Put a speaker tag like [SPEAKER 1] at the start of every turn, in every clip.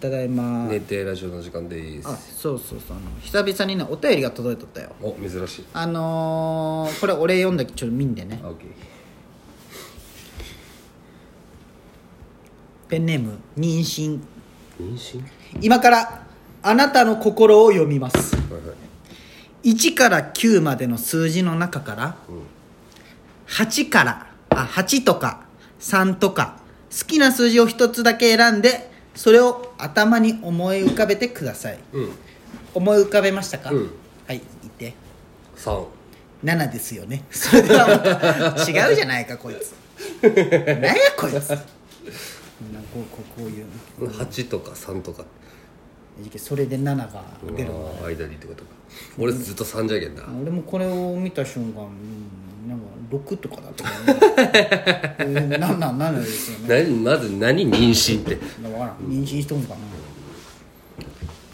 [SPEAKER 1] ただいま
[SPEAKER 2] 寝てラジオの時間で
[SPEAKER 1] あ
[SPEAKER 2] す
[SPEAKER 1] そうそうそうあの久々にねお便りが届いとったよ
[SPEAKER 2] お珍しい
[SPEAKER 1] あのー、これ俺読んだけちょっと見んでね
[SPEAKER 2] あ OK
[SPEAKER 1] ペンネーム妊娠
[SPEAKER 2] 妊娠
[SPEAKER 1] 今からあなたの心を読みます
[SPEAKER 2] はいはい
[SPEAKER 1] 1から9までの数字の中から8からあ8とか3とか好きな数字を1つだけ選んでそれを頭に思い浮かべてください
[SPEAKER 2] うんうん
[SPEAKER 1] 思い浮かべましたか、
[SPEAKER 2] うん
[SPEAKER 1] はい言って
[SPEAKER 2] 3
[SPEAKER 1] 7ですよねそれではまた違うじゃないかこいつ何やこいつなんかこうこうこういう
[SPEAKER 2] 8とか3とか
[SPEAKER 1] それで7が出る
[SPEAKER 2] あー間にってことか俺ずっと3じゃけんな
[SPEAKER 1] 俺もこれを見た瞬間うんなんか6とかだったねうんなんなんなんですよね
[SPEAKER 2] 何まず何妊娠って
[SPEAKER 1] 分からん妊娠しとんか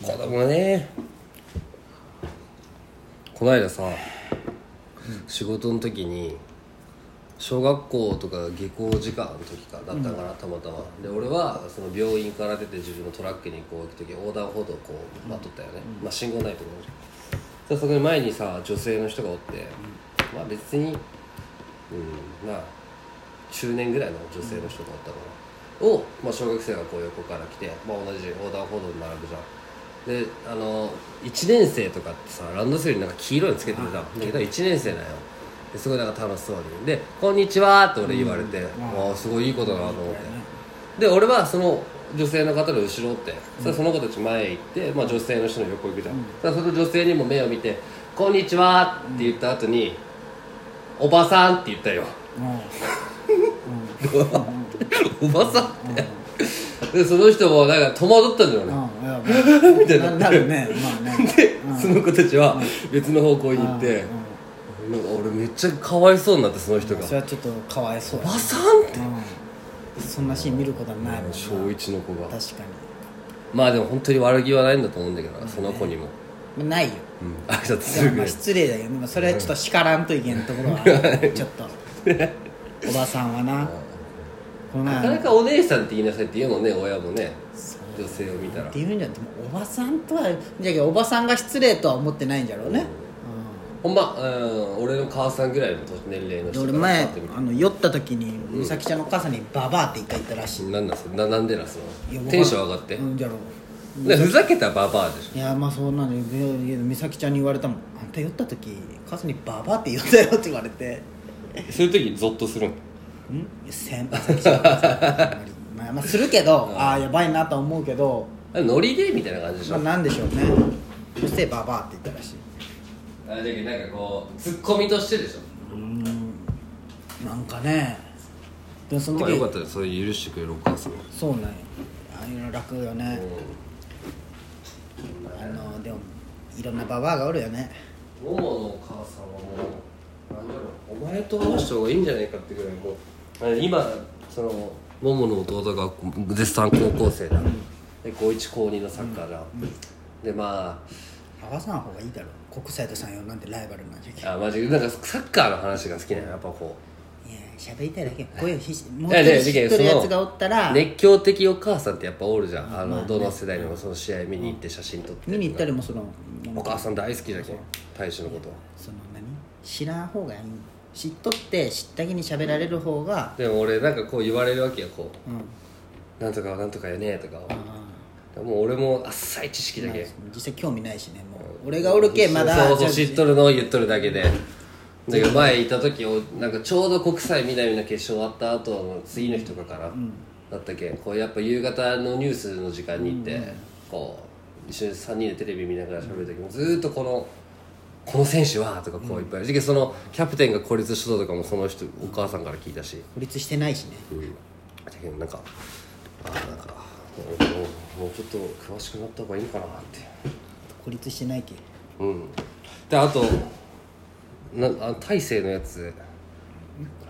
[SPEAKER 1] な
[SPEAKER 2] 子供ねこないださ仕事の時に小学校とか下校時間の時かだったからたまたまで俺はその病院から出て自分のトラックにこう行く時横断歩道をこう待っとったよね、まあ信号ないところでそこに前にさ女性の人がおって、まあ別にうんまあ中年ぐらいの女性の人がおったから、を、まあ、小学生がこう横から来て、まあ、同じ横断歩道に並ぶじゃんであの1年生とかってさランドセルになんか黄色いのつけてるじゃんだけど1年生なんよですごいなんか楽しそうにで「こんにちは」って俺言われて、ああすごいいいことだなと思って、で俺はその女性の方の後ろを追って、そしたらその子たち前へ行って、まあ、女性の人の横行くじゃん、そしたらその女性にも目を見て「こんにちは」って言った後に「おばさん」って言ったよおばさんってでその人もなんか戸惑ったんだよね、
[SPEAKER 1] うんうんいやまあななるねまあね
[SPEAKER 2] でその子たちは別の方向に行って、なんか俺めっちゃかわいそうになってその人が
[SPEAKER 1] それはちょっとかわいそう
[SPEAKER 2] 「お
[SPEAKER 1] や
[SPEAKER 2] ば
[SPEAKER 1] な
[SPEAKER 2] さん!」って
[SPEAKER 1] うんそんなシーン見ることはないもんな
[SPEAKER 2] 小1の子が
[SPEAKER 1] 確か
[SPEAKER 2] まあでも本当に悪気はないんだと思うんだけどなその子にも、
[SPEAKER 1] にないよ
[SPEAKER 2] うん、挨拶
[SPEAKER 1] い
[SPEAKER 2] す
[SPEAKER 1] や
[SPEAKER 2] るぐ
[SPEAKER 1] ま
[SPEAKER 2] ら
[SPEAKER 1] あ
[SPEAKER 2] い
[SPEAKER 1] 失礼だけど、まあ、それはちょっと叱らんといけんところはあるちょっとおばさんはなこの
[SPEAKER 2] なか
[SPEAKER 1] 前
[SPEAKER 2] な
[SPEAKER 1] っ
[SPEAKER 2] かお姉さんって言いなさいって言うのね親もね女性を見たら
[SPEAKER 1] て言うんじゃなくてもおばさんとはじゃけどおばさんが失礼とは思ってないんじゃろうね、
[SPEAKER 2] ほんま、うん、俺の母さんぐらいの年年齢の
[SPEAKER 1] うん、で
[SPEAKER 2] 人
[SPEAKER 1] 俺
[SPEAKER 2] から
[SPEAKER 1] 前
[SPEAKER 2] 会ってみて
[SPEAKER 1] あの酔った時に美咲ちゃんのお母さんに「ババア」って一回言ったらしい,、
[SPEAKER 2] なんなんそれななんでなんそ
[SPEAKER 1] いや
[SPEAKER 2] のテンション上がって、
[SPEAKER 1] うんじゃろう
[SPEAKER 2] でふざけたババアでし
[SPEAKER 1] いやまあそうなんだけど美咲ちゃんに言われたもん「あんた酔った時母さんに「ババア」って言ったよって言われて
[SPEAKER 2] ょそういう時ゾッとする
[SPEAKER 1] う
[SPEAKER 2] ん
[SPEAKER 1] んせん まあまあするけどああやばいなとは思うけど
[SPEAKER 2] あノリでみたいな感じでしょ、
[SPEAKER 1] まあなんでしょうねそしてババアって言ったらしい
[SPEAKER 2] あだけどなんかこうツッコミとしてでしょ
[SPEAKER 1] なんかねでもその
[SPEAKER 2] まあ
[SPEAKER 1] 時
[SPEAKER 2] よかったらそれ許してくれるお母さんは
[SPEAKER 1] そうなんやああいうの楽よねあのでもいろんなババアがおるよね
[SPEAKER 2] もものお母さんはもう何だろうお前と合わせた方がいいんじゃないかってぐらいもうあれ今そのももの弟が絶賛高校生だで高1高2のサッカーだ、でま
[SPEAKER 1] 合わさん方がいいだろ国際と三四なんてライバルなんじゃけいや
[SPEAKER 2] ああマジなんかサッカーの話が好きなのやっぱこ
[SPEAKER 1] 喋りたいだけ声をひし
[SPEAKER 2] う
[SPEAKER 1] もう一人知っとるやつがおったら
[SPEAKER 2] 熱狂的お母さんってやっぱおるじゃんあのどの世代にもその試合見に行って写真撮って
[SPEAKER 1] 見に行ったりもそのなん
[SPEAKER 2] お
[SPEAKER 1] か
[SPEAKER 2] 母さん大好きじゃけん大使のこと
[SPEAKER 1] その何知らん方がいい知っとって知った気に喋られる方が
[SPEAKER 2] でも俺なんかこう言われるわけよこ
[SPEAKER 1] うん、
[SPEAKER 2] うなんとかはなんとかよねとか
[SPEAKER 1] あ
[SPEAKER 2] もう俺も浅い知識だけ
[SPEAKER 1] ー実際興味ないしねもう俺がおるけまだ
[SPEAKER 2] そうそう
[SPEAKER 1] じゃ
[SPEAKER 2] 知
[SPEAKER 1] あ
[SPEAKER 2] っとるのを言っとるだけでだけど前行った時おなんかちょうど国際南の決勝終わった後の次の日とかからだったっけこうやっぱ夕方のニュースの時間に行ってこう一緒に3人でテレビ見ながら喋る時もずーっとこの「この選手は」とかこういっぱいだけどそのキャプテンが孤立しとったとかもその人お母さんから聞いたし
[SPEAKER 1] 孤立してないしね
[SPEAKER 2] うんだけどなんかあーなんかもうもうちょっと詳しくなった方がいいかなって
[SPEAKER 1] 孤立してないけ
[SPEAKER 2] うんであとなあ大勢のやつ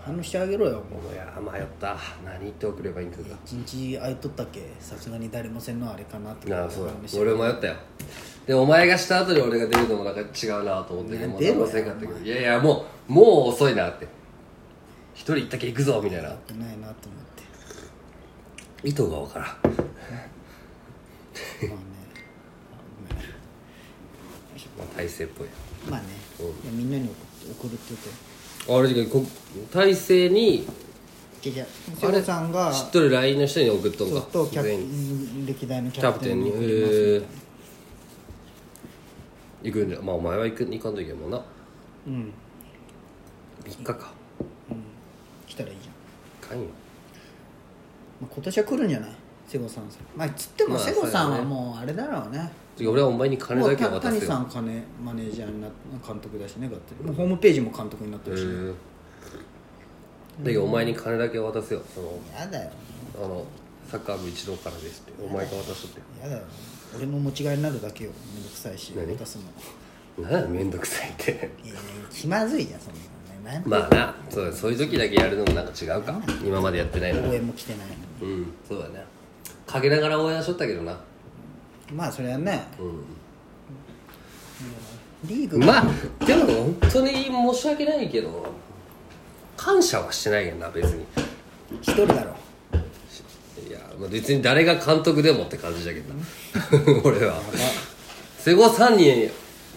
[SPEAKER 1] 反応してあげろよもう
[SPEAKER 2] いやー迷った何言って送ればいいんだろ
[SPEAKER 1] 一日空いとったっけさすがに誰もせんのはあれかなって
[SPEAKER 2] うああそうだ俺迷ったよでお前がした後に俺が出るのもなんか違うなと思って
[SPEAKER 1] いや
[SPEAKER 2] もう
[SPEAKER 1] 出ろ
[SPEAKER 2] 何
[SPEAKER 1] よ
[SPEAKER 2] もせんかったけどいやいやもうもう遅いなって一人行ったけ行くぞみたいな
[SPEAKER 1] ないなと思って
[SPEAKER 2] 意図が分からん大勢っぽい
[SPEAKER 1] まあね、いやみんなに送るって言って
[SPEAKER 2] あれこ大勢に
[SPEAKER 1] じゃじゃ瀬尾さんが
[SPEAKER 2] 知っとる LINE の人に送っとん
[SPEAKER 1] そう
[SPEAKER 2] か
[SPEAKER 1] とキャ
[SPEAKER 2] 全員
[SPEAKER 1] プ歴代のキ
[SPEAKER 2] キャ
[SPEAKER 1] ャ
[SPEAKER 2] プ
[SPEAKER 1] プ
[SPEAKER 2] テ
[SPEAKER 1] テ
[SPEAKER 2] ン
[SPEAKER 1] ン
[SPEAKER 2] に
[SPEAKER 1] に
[SPEAKER 2] へ
[SPEAKER 1] 送りますみたい
[SPEAKER 2] ー行くんじゃまあお前は行く行かんといけんもんな
[SPEAKER 1] なうん
[SPEAKER 2] 3日か
[SPEAKER 1] 来たらいいじゃん、
[SPEAKER 2] いかんよ
[SPEAKER 1] まあ、今年は来るんじゃない瀬尾さんさまあつっても
[SPEAKER 2] まあ
[SPEAKER 1] 瀬尾さん
[SPEAKER 2] そうだ
[SPEAKER 1] は
[SPEAKER 2] ね
[SPEAKER 1] もうあれだろうね,、
[SPEAKER 2] 次俺はお前に金
[SPEAKER 1] も
[SPEAKER 2] だ
[SPEAKER 1] う
[SPEAKER 2] け
[SPEAKER 1] た
[SPEAKER 2] は渡
[SPEAKER 1] 谷
[SPEAKER 2] す
[SPEAKER 1] さ
[SPEAKER 2] よ
[SPEAKER 1] ん金マネージャーにな監督だしねがってもうホームページも監督になって
[SPEAKER 2] う
[SPEAKER 1] るし、ね
[SPEAKER 2] んだけどお前に金だけは渡すよその
[SPEAKER 1] やだよ
[SPEAKER 2] あのサッカー部一同からですってお前が渡しとって
[SPEAKER 1] やだよ俺も持ち帰りになるだけよめんどくさいし
[SPEAKER 2] 何
[SPEAKER 1] 渡すの
[SPEAKER 2] なんやめんどくさいって
[SPEAKER 1] いや気まずいじゃんそんなのねなん
[SPEAKER 2] まあなそうそういう時だけやるのもなんか違うか今までやってないの
[SPEAKER 1] 応
[SPEAKER 2] に
[SPEAKER 1] 援も来てないのに
[SPEAKER 2] うんそうだね陰ながら応援はしとったけどな
[SPEAKER 1] まあそれはね
[SPEAKER 2] う
[SPEAKER 1] リーグ
[SPEAKER 2] ん
[SPEAKER 1] が
[SPEAKER 2] まあでも本当に申し訳ないけど感謝はしてないやんな別に
[SPEAKER 1] 一人だろ
[SPEAKER 2] いや、まあ、別に誰が監督でもって感じだけどな 俺は瀬古さんに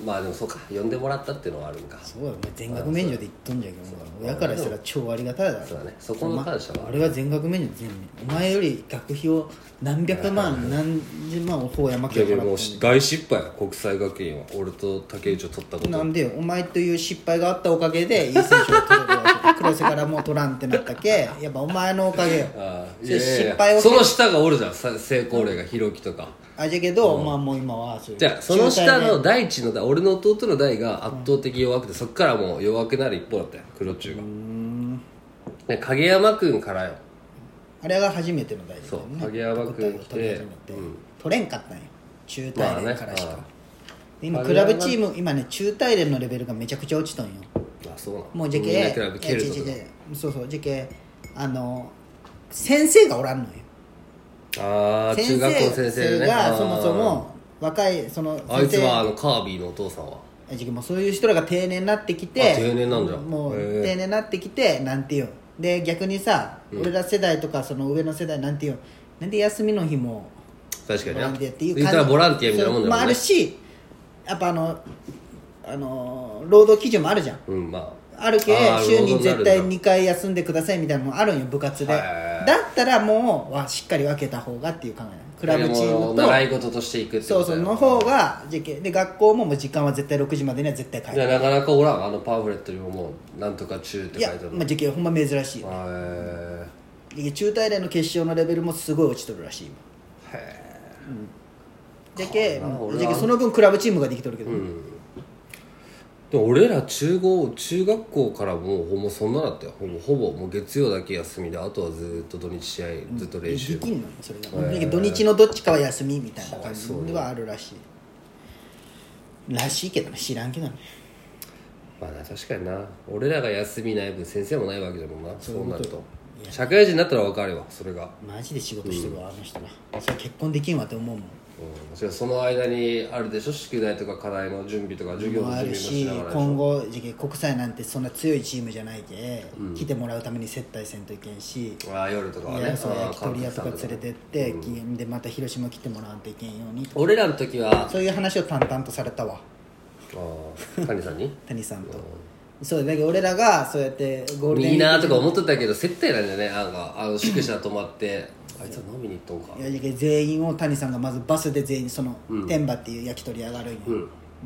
[SPEAKER 2] まあでもそうか呼んでもらったっていうのはあるんか
[SPEAKER 1] そうだよね全額免除で言っとんじゃけど親からしたら超ありがたいだろ
[SPEAKER 2] そうだねそこの感謝は
[SPEAKER 1] お前俺は全額免除全部お前より学費を何百万何十万を法山家か
[SPEAKER 2] だけ
[SPEAKER 1] ら
[SPEAKER 2] どもう
[SPEAKER 1] 払っ
[SPEAKER 2] 大失敗や国際学院は俺と竹内を取ったこ
[SPEAKER 1] たな
[SPEAKER 2] と
[SPEAKER 1] んでよお前という失敗があったおかげでいい選手を取れるわけ黒瀬からもう取らんってなった けやっぱお前のおかげよ
[SPEAKER 2] ああい
[SPEAKER 1] それ
[SPEAKER 2] やいやい
[SPEAKER 1] 失
[SPEAKER 2] や
[SPEAKER 1] 敗を
[SPEAKER 2] その下がおるじゃんさ成功例がひろきとか
[SPEAKER 1] あじゃけど、まあもう今はそういう
[SPEAKER 2] じゃあその下
[SPEAKER 1] 仲
[SPEAKER 2] の第一の代俺の弟の代が圧倒的弱くて、そっからもう弱くなる一方だったよ黒中がで影山君からよ
[SPEAKER 1] あれが初めての代理
[SPEAKER 2] そう影山君
[SPEAKER 1] 国体を取り始めて、取れんかったんよ中大連からし
[SPEAKER 2] まあ
[SPEAKER 1] か
[SPEAKER 2] ね、
[SPEAKER 1] で今ク
[SPEAKER 2] 影山
[SPEAKER 1] ラブチーム今ね中大連のレベルがめちゃくちゃ落ちとんよ
[SPEAKER 2] あそうなの
[SPEAKER 1] もうじゃけ
[SPEAKER 2] みんなクラブ
[SPEAKER 1] いや
[SPEAKER 2] 蹴る
[SPEAKER 1] 違う
[SPEAKER 2] と
[SPEAKER 1] 違う違うそうそうじゃけあの先生がおらんのよ
[SPEAKER 2] かああ中学校の先生ねあ
[SPEAKER 1] が
[SPEAKER 2] ー
[SPEAKER 1] そもそも若いその先生
[SPEAKER 2] あいつはあのカービィのお父さんは
[SPEAKER 1] あじゃけもうそういう人らが定年になってきて
[SPEAKER 2] あ定年なんだ
[SPEAKER 1] もう
[SPEAKER 2] へえ
[SPEAKER 1] 定年になってきてなんていうで逆にさ、俺ら世代とかその上の世代なんていうなんで休みの日も
[SPEAKER 2] 確かに
[SPEAKER 1] ボランティアっていう
[SPEAKER 2] 言ったらボランティアみたいなもんだ
[SPEAKER 1] そうま
[SPEAKER 2] も
[SPEAKER 1] あ、あ
[SPEAKER 2] ん
[SPEAKER 1] る
[SPEAKER 2] ね
[SPEAKER 1] しやっぱあのあの労働基準もあるじゃん
[SPEAKER 2] うんまあ
[SPEAKER 1] あるけ
[SPEAKER 2] あー
[SPEAKER 1] 週に
[SPEAKER 2] 労働
[SPEAKER 1] 絶
[SPEAKER 2] になる
[SPEAKER 1] 対
[SPEAKER 2] んだ
[SPEAKER 1] 2回休んでくださいみたいなのもあるんよ部活で
[SPEAKER 2] はい
[SPEAKER 1] だ
[SPEAKER 2] はいはい
[SPEAKER 1] ったらもうはしっかり分けた方がっていう考えなのクラブチ
[SPEAKER 2] でも
[SPEAKER 1] ーム
[SPEAKER 2] 習い
[SPEAKER 1] と
[SPEAKER 2] 事としていくって
[SPEAKER 1] そうそうの方がじゃけで学校ももう時間は絶対6時までには絶対帰
[SPEAKER 2] じゃ
[SPEAKER 1] る
[SPEAKER 2] なかなかおらんあのパンフレットにももうなんとか中って
[SPEAKER 1] い
[SPEAKER 2] 書い
[SPEAKER 1] や
[SPEAKER 2] てあるの
[SPEAKER 1] まあじゃけほんま珍しいよ
[SPEAKER 2] へ
[SPEAKER 1] いや中大連の決勝のレベルもすごい落ちとるらしい今
[SPEAKER 2] ーへ
[SPEAKER 1] じゃけ
[SPEAKER 2] かな
[SPEAKER 1] うん
[SPEAKER 2] 俺は
[SPEAKER 1] じゃけその分クラブチームができとるけど、
[SPEAKER 2] ーうんでも俺ら中高中学校からもうほぼそんなだったよほぼほぼもう月曜だけ休みであとはずーっと土日試合ずっと練習、
[SPEAKER 1] できんのそれが、だけど土日のどっちかは休みみたいな感じ
[SPEAKER 2] そう
[SPEAKER 1] ではあるらしいらしいけどね知らんけどね
[SPEAKER 2] まあな確かにな俺らが休みない分先生もないわけだもんなそうなると
[SPEAKER 1] いや
[SPEAKER 2] 社会人になったら分かるわそれが
[SPEAKER 1] マジで仕事してるわ、あの人らそれ結婚できんわって思うもん
[SPEAKER 2] うんそれその間にあるでしょ宿題とか課題の準備とか授業の
[SPEAKER 1] もある
[SPEAKER 2] 準備も
[SPEAKER 1] し
[SPEAKER 2] しながらでしょ
[SPEAKER 1] 今後じゃけ国際なんてそんな強いチームじゃないけ、来てもらうために接待せんといけんし、
[SPEAKER 2] ああ夜とかはいね
[SPEAKER 1] やそう
[SPEAKER 2] あー
[SPEAKER 1] 焼き鳥屋とか
[SPEAKER 2] 韓国
[SPEAKER 1] 連れてって、でまた広島来てもらわんといけんようにとか
[SPEAKER 2] 俺らの時は
[SPEAKER 1] そういう話を淡々とされたわ
[SPEAKER 2] ああ谷さん に
[SPEAKER 1] 谷さんと、そうだけど俺らがそうやってゴールデンウ
[SPEAKER 2] い
[SPEAKER 1] ィ
[SPEAKER 2] い
[SPEAKER 1] ーク
[SPEAKER 2] なーとか思ってたけど接待なんだよねなんかあの宿舎泊まってあいつは飲みに行っとんか
[SPEAKER 1] いやじゃけ全員を谷さんがまずバスで全員その、天馬っていう焼き鳥屋があるんよ、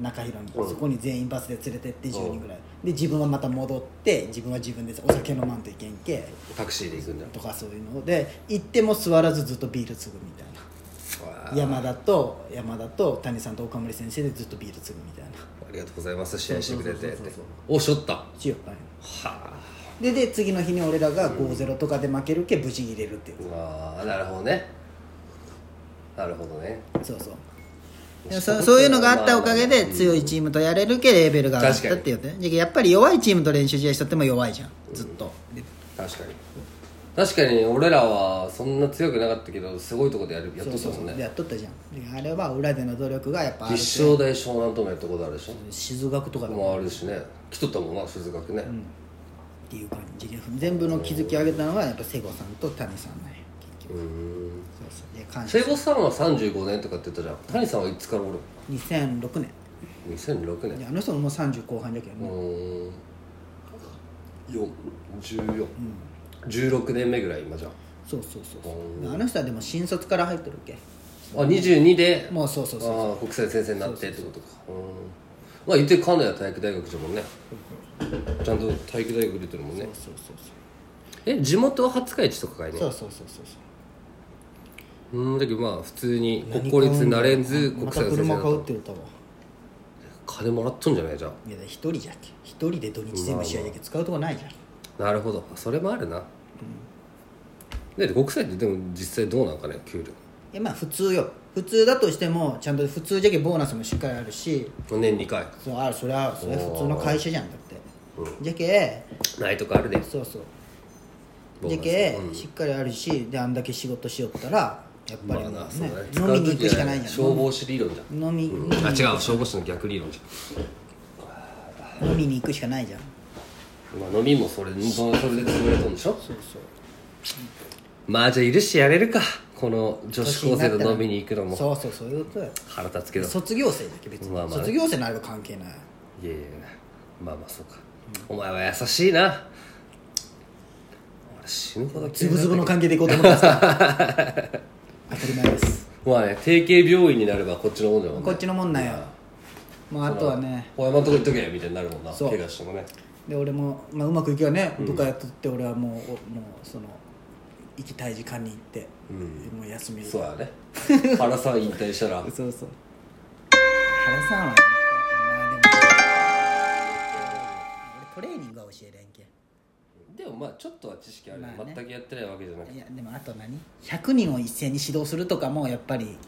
[SPEAKER 1] 中広に、そこに全員バスで連れてって10人ぐらい、で自分はまた戻って自分は自分でお酒飲まんといけんけ
[SPEAKER 2] タクシーで行くんだよ
[SPEAKER 1] とかそういうので行っても座らずずっとビール継ぐみたいな
[SPEAKER 2] ああ
[SPEAKER 1] 山田と山田と谷さんと岡森先生でずっとビール継ぐみたいな
[SPEAKER 2] ありがとうございます試合してくれてっ
[SPEAKER 1] そうそうそ
[SPEAKER 2] て
[SPEAKER 1] うそう
[SPEAKER 2] おしょったは
[SPEAKER 1] 強かんよ
[SPEAKER 2] あ
[SPEAKER 1] でで次の日に俺らが5-0とかで負けるけ無事入れるっていう
[SPEAKER 2] ああなるほどねなるほどね
[SPEAKER 1] そうそうでもそそういうのがあったおかげで強いチームとやれるけレベルが上がったっていうねじゃけやっぱり弱いチームと練習試合しとっても弱いじゃんずっと、
[SPEAKER 2] 確かに確かに俺らはそんな強くなかったけどすごいとこでやるやっとった
[SPEAKER 1] そう
[SPEAKER 2] もん
[SPEAKER 1] そう
[SPEAKER 2] ね
[SPEAKER 1] やっとったじゃんであれは裏での努力がやっぱある
[SPEAKER 2] 立正大湘南ともやったことあるでしょ
[SPEAKER 1] 静学とかでも
[SPEAKER 2] もあるしね来とったもんな鈴学ね、
[SPEAKER 1] っていう感じで全部の築き上げたのはやっぱ瀬古さんと谷さんなんや結局
[SPEAKER 2] うん
[SPEAKER 1] そうそうで感謝
[SPEAKER 2] 聖子さんは35年とかって言ったじゃん谷さんはいつからおる
[SPEAKER 1] 2006年
[SPEAKER 2] 2006
[SPEAKER 1] いや
[SPEAKER 2] 年
[SPEAKER 1] あの人ももう30後半だけど
[SPEAKER 2] う
[SPEAKER 1] ね、
[SPEAKER 2] ーん4 16年目ぐらい今じゃ
[SPEAKER 1] そうそうそう
[SPEAKER 2] お
[SPEAKER 1] そうあの人はでも新卒から入ってるっけ
[SPEAKER 2] あ22で
[SPEAKER 1] もうそうそうそう
[SPEAKER 2] ああ国際先生になってってことかうんまあ言って金谷体育大学じゃもんねちゃんと体育大学出てるもんね
[SPEAKER 1] そうそうそ
[SPEAKER 2] え地元は廿日市とかかいね
[SPEAKER 1] うそうそうそうそうそう
[SPEAKER 2] うんだけどまあ普通に国公立になれんず国
[SPEAKER 1] ま
[SPEAKER 2] 際
[SPEAKER 1] た
[SPEAKER 2] の先生にな
[SPEAKER 1] 車
[SPEAKER 2] っ
[SPEAKER 1] 買うったて言ったわ
[SPEAKER 2] 金もらっとんじゃないじゃ
[SPEAKER 1] いやだから一人じゃっけ一人で土日全部試合だけ使うとこないじゃん
[SPEAKER 2] あなるほどそれもあるな、だって国際ってでも実際どうなんかね給
[SPEAKER 1] えまあ普通よ普通だとしてもちゃんと普通じゃけボーナスもしっかりあるし
[SPEAKER 2] 料年2回
[SPEAKER 1] そうあるそれはそれは普通の会社じゃんだってじゃけ
[SPEAKER 2] ないとかあるで
[SPEAKER 1] そうそう
[SPEAKER 2] ボー
[SPEAKER 1] じゃ
[SPEAKER 2] ナス
[SPEAKER 1] けしっかりあるしであんだけ仕事しよったらやっぱ
[SPEAKER 2] ま
[SPEAKER 1] り
[SPEAKER 2] あ
[SPEAKER 1] もう
[SPEAKER 2] なそう
[SPEAKER 1] ね
[SPEAKER 2] だね
[SPEAKER 1] 飲みに行くしかない
[SPEAKER 2] 使
[SPEAKER 1] じゃ
[SPEAKER 2] う時は
[SPEAKER 1] ん
[SPEAKER 2] 消防士理論じゃん
[SPEAKER 1] 飲み
[SPEAKER 2] うんあ違う消防士の逆理論じ
[SPEAKER 1] 飲みに行くしかないじゃん
[SPEAKER 2] ゃん、まあ、飲みもそれそのそれで潰れとんでしょ
[SPEAKER 1] そうそう
[SPEAKER 2] まあじゃあ許してやれるかこの女子高生と飲みに行くのも
[SPEAKER 1] そうそうそういうことだよ
[SPEAKER 2] 腹立つけど
[SPEAKER 1] 卒業生だっけ別に、
[SPEAKER 2] まあまあね
[SPEAKER 1] 卒業生なれば関係ない
[SPEAKER 2] いやいやまあまあそうか、お前は優しいな俺死ぬほど
[SPEAKER 1] ズ
[SPEAKER 2] 嫌い
[SPEAKER 1] ブ
[SPEAKER 2] だ
[SPEAKER 1] ズブの関係でいこうと思ってました 当たり前です
[SPEAKER 2] まあね定型病院になればこっちのもんだもんね
[SPEAKER 1] こっちのもんなんよもうあとはね
[SPEAKER 2] 小山のとこ行っとけみたいになるもんな
[SPEAKER 1] そう
[SPEAKER 2] 怪我してもね
[SPEAKER 1] で俺も、まあ、うまくいけばね部下やっとって俺はもう,お、もうその行き退時間に行って、もう休み
[SPEAKER 2] そうやね原さん引退したら
[SPEAKER 1] そうそう原さんはまあでも俺トレーニングは教えれんけ
[SPEAKER 2] でもまあちょっとは知識ある、
[SPEAKER 1] まあね
[SPEAKER 2] 全くやってないわけじゃなくて
[SPEAKER 1] いやでもあと何100人を一斉に指導するとかもやっぱり